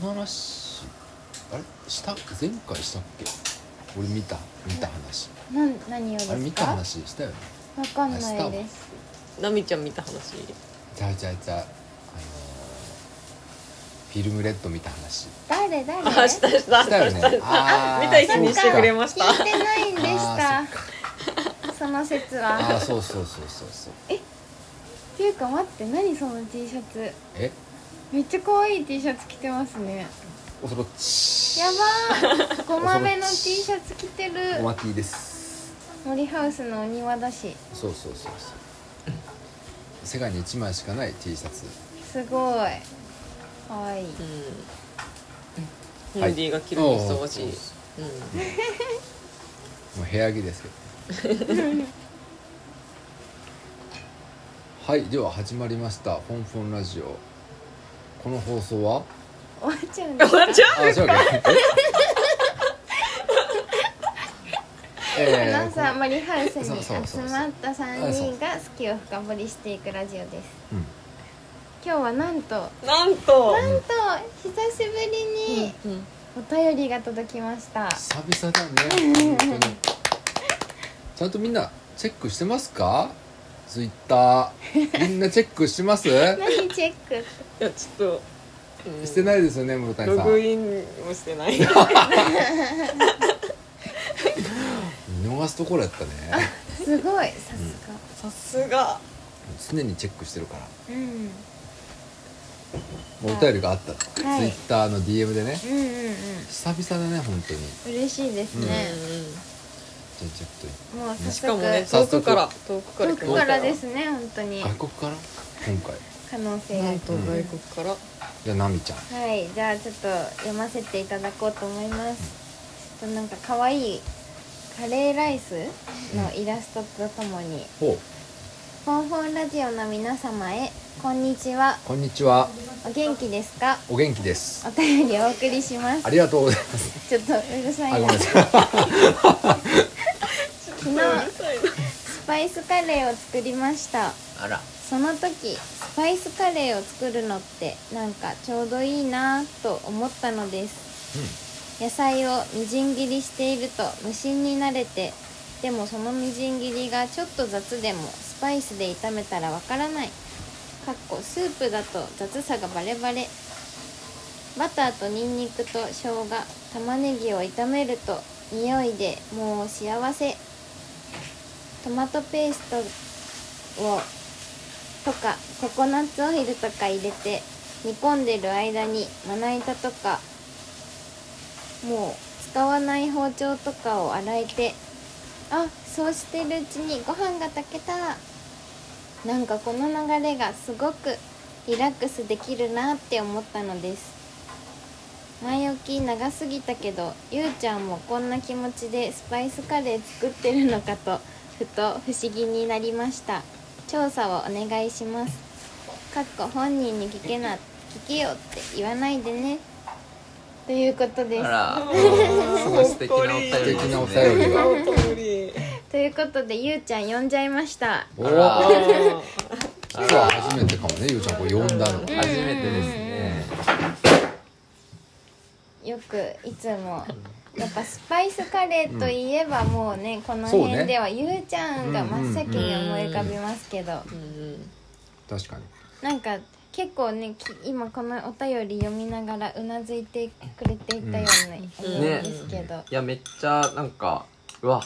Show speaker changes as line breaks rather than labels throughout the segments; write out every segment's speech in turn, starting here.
この話あれした前回したっけ俺見た見た話
なん何をです
あ
か
れ見た話したよね
わかんないです
ナミちゃん見た話
じゃあじゃあじゃああのー、フィルムレッド見た話
誰誰
あ
聞
したした
したよね
したした
あー
見た一緒にしてくれました
いてないんでし
あ
たその説
ああ
は
そうそうそうそうそう
っていうか待って何その T シャツ
え
めっちゃ可愛い T シャツ着てますね
おそろち
やば ーごまめの T シャツ着てる
おまきです
森ハウスのお庭だし
そうそうそうそう 世界に一枚しかない T シャツ
すごい可愛い
うん
はい
ヘンディが着るの忙しい、
おーそううんそ、もう部屋着ですけど はいでは始まりました「フォンフォンラジオ」この放送は
終わっちゃうんです
終わっちゃう
あ そうかえ
あ
え
の
ー、こ
さ
の
森ハウスに
そうそうそうそう
集まった3人が好きを深掘りしていくラジオです
うん
今日はなんと
なんと、
なんと久しぶりに
うん
お便りが届きました
久々だね本当にちゃんとみんなチェックしてますかツイッターみんなチェックして ます
何チェックって
いやちょっと、うん
してないですよね室谷
ロ
さん
グインもしてな い
見逃すところや ったね
すごいさすが
さすが
常にチェックしてるから
うん
もうお便りがあったら、ツイ
はい
ッターの DM でね
うんうんうん
久々だね本当に
嬉しいですね、
じゃあちょっと
もう早速
しかもね
早速
遠くから遠くから
遠
来
く
ま
か
した
らですね本当に
外国から今回
可能性が
なんと外国から、
じゃあナミちゃん
はいじゃあちょっと読ませていただこうと思いますちょっとなんか可愛いカレーライスのイラストとともに
ほう
「フォンフォンラジオ」の皆様へこんにちは
こんにちは
お元気ですか
お元気です
お便りをお送りします
ありがとうございます
ちょっとうるさ
あ
い
ご
な
めんなさい
昨日スパイスカレーを作りました
あら
その時スパイスカレーを作るのってなんかちょうどいいなぁと思ったのです、野菜をみじん切りしていると無心になれてでもそのみじん切りがちょっと雑でもスパイスで炒めたらわからないかっこスープだと雑さがバレバレバターとニンニクと生姜玉ねぎを炒めると匂いでもう幸せトマトペーストをとかココナッツオイルとか入れて煮込んでる間にまな板とかもう使わない包丁とかを洗えてあそうしてるうちにご飯が炊けたなんかこの流れがすごくリラックスできるなって思ったのです前置き長すぎたけどゆうちゃんもこんな気持ちでスパイスカレー作ってるのかとふと不思議になりました調査をお願いしますかっこ本人に聞けな聞けよって言わないでねということです
あら、す
ご
ご
い
い
素
素
敵
敵
な
な
お
お
便
便
り
素敵
りですね。
なお便りが
お便り
ということでゆうちゃん呼んじゃいました
お
あ
お
ら、
今日は初めてかもねゆうちゃんこれ呼んだの
初めてですね。
よくいつもやっぱスパイスカレーといえばもうねこの
そうね
辺ではゆうちゃんが真っ先に思い浮かびますけど
うん
確かに
なんか結構ねき今このお便り読みながらうなずいてくれていたような思うんですけど
いや、めっちゃ、なんか、うわ、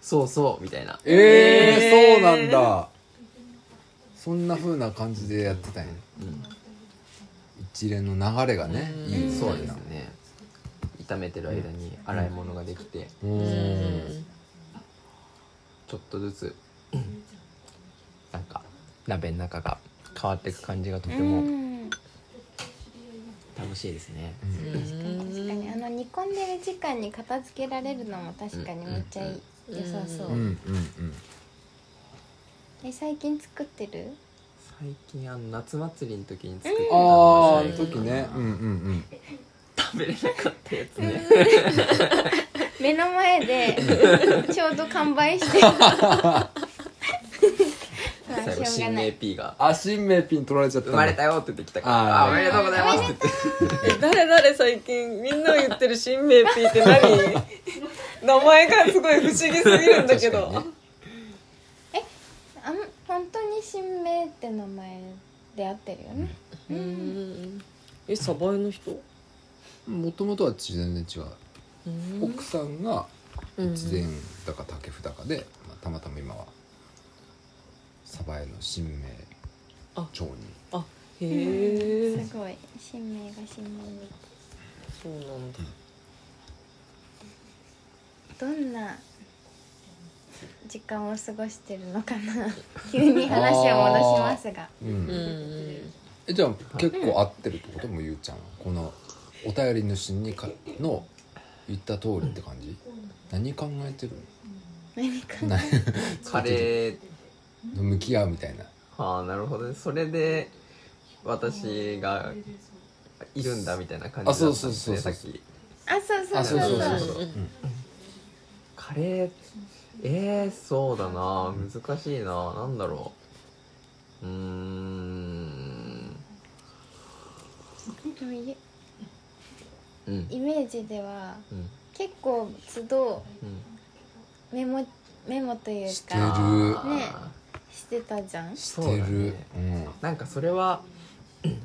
そうそうみたいな。
えー、そうなんだそんな風な感じでやってたんや一連の流れがね
うん
いいですね
そうですね。炒めてる間に洗い物ができて、
うーん
ちょっとずつ。なんか、鍋の中が変わっていく感じがとて
う
も
ん
楽しいですね。
確かにあの煮込んでる時間に片付けられるのも確かにめっちゃいい良さそ
うんうん
う
うん
え最近作ってる
最近、あの、夏祭りの時に作っ
ああ
たの
あ
が
の
最
時
近
ねうんうん
食べれなかったやつね。
目の前 でちょうど完売してまあ
最後今日
しょう
新
がない
名 P が
あ新名ピン取られちゃった
生
の
まれたよって言ってきたから
あー
あーおめでとうございますって言って
え 誰誰最近みんな言ってる新名 P って何名前がすごい不思議すぎるんだけど、
確かにね
あん本当に新名って名前で合ってるよね
うんえサバエの人
もともとは全然違う
うん
奥さんが
うん
越前だか竹札かで、まあ、たまたま今は鯖江の新名町に
あへえ
すごい新名が新名に
そうなんだ
どんな時間を過ごしてるのかな 急に話を戻しますが
うん、
うん
えじゃあ結構合ってるってこともゆうちゃんはこのお便り主にかの言った通りって感じ、何考えてる
何か
のな
カレー
向き合うみたいな
ああなるほどねそれで私がいるんだみたいな感じだ
あ
ったんです
そうそうそう
ね
そ
さ
う
っき
あそうそう
あ
そ
そううそう
そ
そう
う
そう、うん
カレーえー、そうだな難しいななんだろううーん
でもイ
うん
イメージでは
うん
結構都度
うん
メモメモという
して
か
あー
ねしてたじゃん
して
そうだ
る
ねなんかそれは うん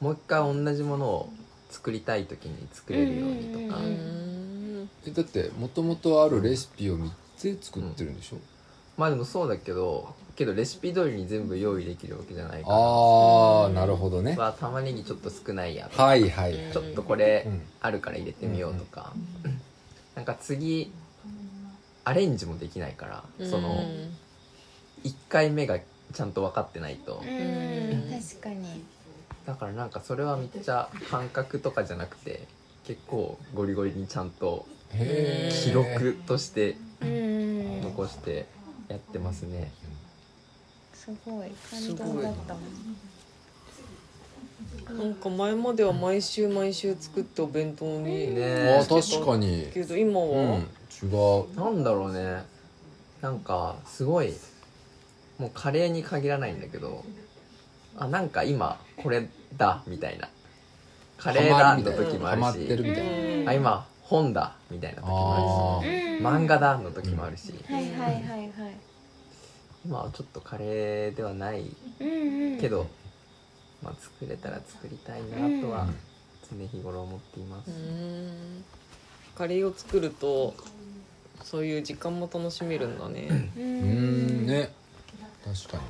もう一回同じものを作りたい時に作れるようにとか、
うんうんう
う
ん
ん、えだってもともとあるレシピを見て作ってるんでしょ、
まあでもそうだけどけどレシピ通りに全部用意できるわけじゃないから
ああなるほどねは
は玉ねぎちょっと少ないや
いはいはい
ちょっとこれ
うん
あるから入れてみようとか、なんか次アレンジもできないから、その1回目がちゃんと分かってないと
う、ん
うん
確かに
だからなんかそれはめっちゃ感覚とかじゃなくて結構ゴリゴリにちゃんと
へー
記録として
うん
残してやってますね、
すごい感動だったもん
なんか前までは毎週毎週作ってお弁当に
ね
あー確かに
けど今
う
は
ん違う
なんだろうねなんかすごいもうカレーに限らないんだけどあなんか今これだみたいなカレーだの時もあ
ハマ
る
っ
して
るみたいな
うん
あ今本だみたいな時もあるし
うん
漫画だの時もあるし
はいはいはいはい
今はちょっとカレーではない
うんうん
けど、まあ、作れたら作りたいなとは常日頃思っています、
うんカレーを作るとそういう時間も楽しめるんだね
う
うんんね確か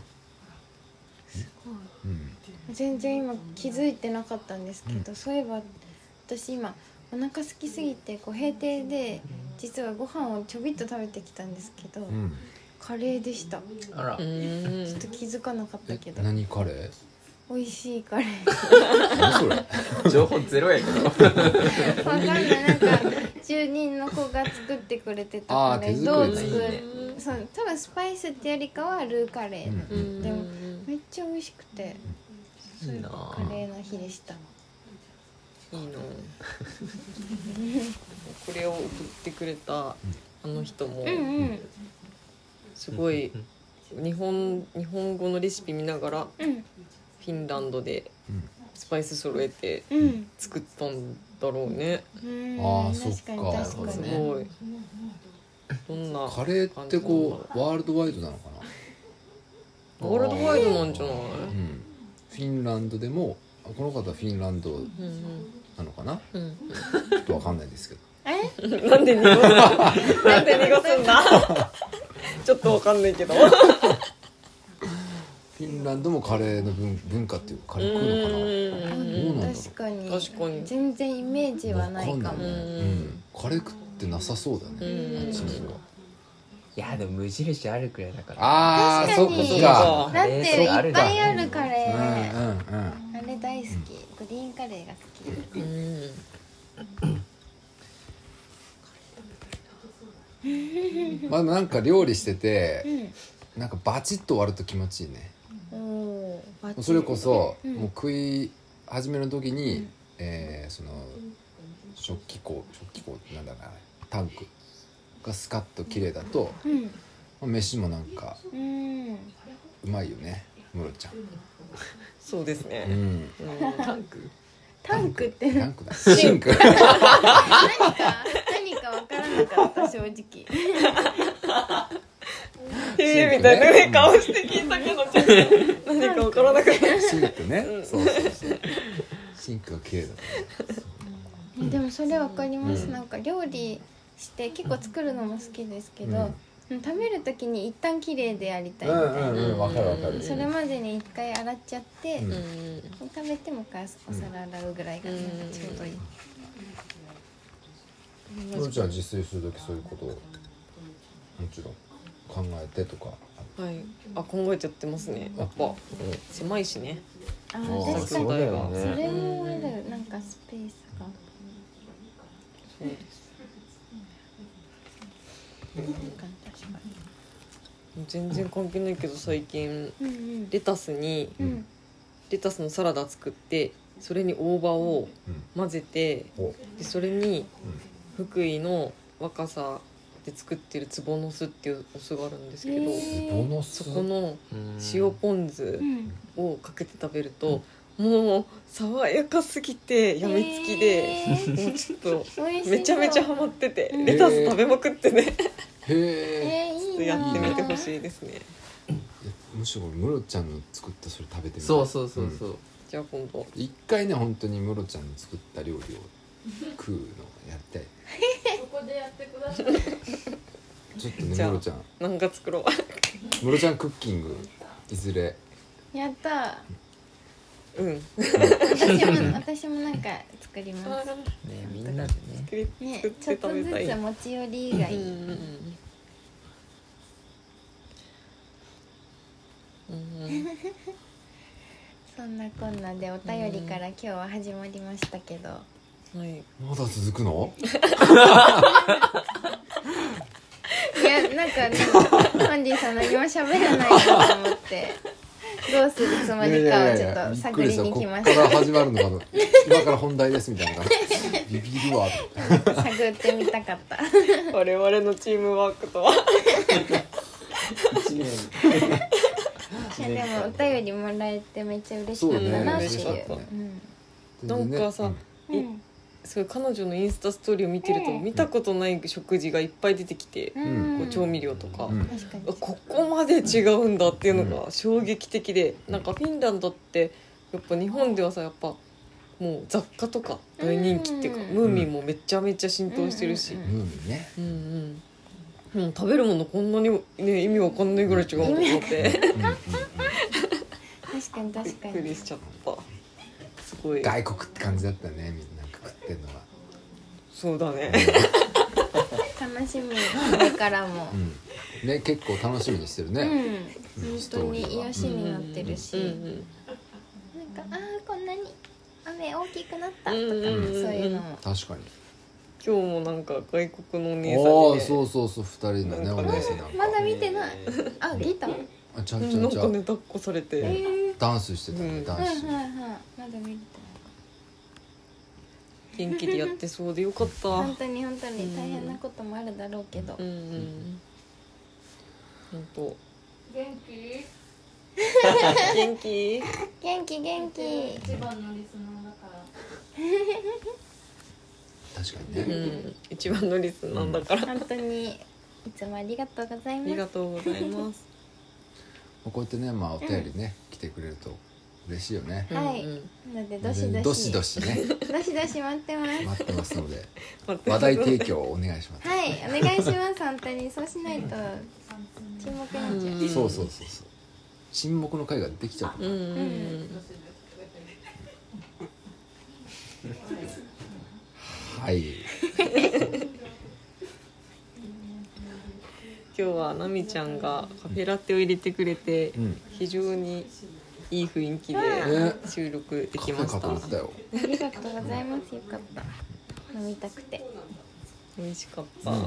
にうん
全然今気づいてなかったんですけど、そういえば私今お腹空きすぎてこう閉店で実はご飯をちょびっと食べてきたんですけど、
うん
カレーでしたち
あら、
うん
ょっと気づかなかったけ
え
ど
何カレー
美味しいカレー
何それ
情報ゼロやけ ど
わかんないなんか 住人の子が作ってくれてた
あ
カ
ー
レ
手
ー
作
ど
り
う
の
作
いい
る、
ね
そう多分スパイスってよりかはルーカレー、
うん
うん
でも
うん
めっちゃ美味しくて
いいな
カ
ぁ
レーの日でした
いいなこれを送ってくれたあの人も
うんうん
すごい日本日本語のレシピ見ながら
うん
フィンランドで
うん
スパイス揃えて
うん
作ったんだろうね
うん
あー
確かに
そっか
確か
す
に
なるほ
ごいどんな
カレーってこうワールドワイドなのかな
ワールドワイドなんじゃない
うんフィンランドでもあこの方はフィンランド
うん
なのかな
うん
ちょっとわかんないですけど
え
うんなんで濁すんだなんで濁すんだちょっとわかんないけど
フィンランドもカレーの文文化っていうかカ
う
レー食うのかなどうなんだろう
確かに
確かに
全然イメージはないか
わ
も
んね
う
う
ん
ん、カレー食ってなさそうだね
うん
あっちの人はい
やでも無印あるくらいだから
あー
確
そっ
かに
かそっ
そ
か
だっていっぱいあるカ
う
レー、
んうんうん
あれ大好きグリーンカレーが好き
うん
まあでもなんか料理してて
うん
なんかバチッと割ると気持ちいいね
おー
それこそ、
うん
もう食い始めの時に、えーその食器庫食器庫ってなんだかなタンクがスカッと綺麗だと
うん
まあ飯もなんか
うん
うまいよねムロちゃん
そうです
う
ね、
ん
うん
タンク
タンクって
タ
何
ンクだシンクう
か何か分からなかった正直
へえみたいな
シンクね
ね顔して聞いたけどちょっと何か分からなかっ
ん
た
シンクね
うん
そうそうそうシンクが綺麗だね
えでもそれわかります、
うん
なんか料理して結構作るのも好きですけど、うん食べる時に一旦綺麗でやりたいみたいな、
うんうんうんわかるわかる
それまでに一回洗っちゃって、
うん
うん
食べてもう一回お皿洗うぐらいがなんかちょうどいい、
ムロちゃんは自炊する時そういうことをもちろん考えてとか
はいあ考えちゃってますねやっぱ狭いしね
あ
あ
ー
ー
確か
そう
に
だよ
そ
ね
れもあるなんかスペースが
そうです全然関係ないけど最近
うんうん
レタスに
うん
レタスのサラダ作ってそれに大葉を
うん
混ぜて
おうん
でそれに福井の若さで作ってる壺の酢っていうお酢があるんですけど、
へえ
ボノ
そ
ス
この塩ポン酢
うん
をかけて食べると、もう爽やかすぎてやみつきで、
えー
もうちょっと
美味しそう
めちゃめちゃハマってて
うん
レタス食べまくってね、
へえ
えー、いいな
やってみてほ
い
しいですね
むしろムロちゃんの作ったそれ食べてみる
そうそうそうそう、
じゃあ今度
一回ね本当にムロちゃんの作った料理を食うのやりたい
そこでやってください。
ちょっとね
じゃあ
ムロちゃん
なんか作ろう
ムロちゃんクッキングいずれ
やっ た
うん
私も私もなんか作ります
ねみんなでね
作り
ね
作っ、
ちょってと
食
ず
べたい
つ持ち寄りが
う
いい。
んうんうんうんうん
そんなこんなでお便りから今日は始まりましたけど、
はい、
まだ続くの
いやなんかね、ハンディさん何も喋らないなと思って、どうするつもりかをちょっと
びっ
探
くり
り
した
に
こ
来
っ
ま
か
し
ら始まるのかな今から本題ですみたいなビビるわ
た。探ってみたか った。
我々のチームワークとは
一年
いやでもお便りもらえてめっちゃ嬉しかったなってい。
そううね嬉しかった
うん
なんかさ
うん
すごい彼女のインスタストーリーを見てると見たことない食事がいっぱい出てきて、
ん
こう調味料とか、
うんうん
確かに。
ここまで違うんだっていうのが衝撃的で、なんかフィンランドってやっぱ日本ではさやっぱもう雑貨とか大人気っていうか、
うん
ムーミンもめちゃめちゃ浸透してるし、
ムーミンね
うんうんもう食べるものこんなに、ね、意味わかんないぐらい違うと思 って
うんうんうん
確かに
び
確
っ
か
くり
に。
しちゃったすごい
外国って感じだったねみんななんか食ってんのは
そうだね
楽しみこれからも。
うんね結構楽しみにしてる
うん。
ね
本当に癒しになってるし。
うんう
な
ん
んかあーこんなに雨大きくなったとか、
うんうんうんうん
そういうのも
確かに
今日もなんか外国のお姉さ
あ
ん
あ
に、
そうそうそう二人のね
なん
お
かね
姉さんなんか
まだ 見てないあギターはい
あちゃう
ね
ちゃ
な
うんちゃ
かね
う
抱っこされて、
ダンスしてた
う
ね
ん
ダ
は
ン
い
ス
はいまだ見れて
元気でやってそうでよかった。
ない本当に本当に大変なこともあるだろうけど、
うんうん。本当。
元気。
元気？
元気元気
一番のリスナーだから。
確かに
う
ね
ん。一番のリスナーだから。
本当にいつもありがとうござい
あ
ま
り
す
がとうございます。
こうやってねまあお便りね来てくれると嬉しいよね
はい
うんうん
なのでどしどし
どしどしね
どしどし待ってます
待ってますので
待って
話題提供をお願いします
はいお願いします本当にそうしないと
三つ目。
沈黙になっちゃう、
うん
そうそうそうそう沈黙の会ができちゃう
うんうんうん。
はい
今日はなみちゃんがカフェラテを入れてくれて
うん
非常にいい雰囲気で
ね
収録で
カ
き
フ
ま
ェか
した
と。思ったよ
ありがとうございますよかった飲みたくて
美味しかった。
うん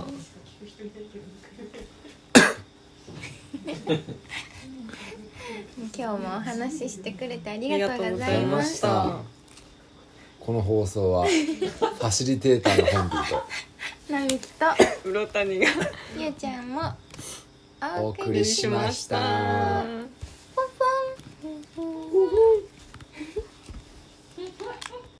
今日もお話ししてくれてありがとうございまし
ありがとうございました
た。
この放送はファシリテーターの本部と
なみきと
うろたにが
ゆうちゃんもおお
お
送
送
り
り
し
し
ま
ま
し
したた。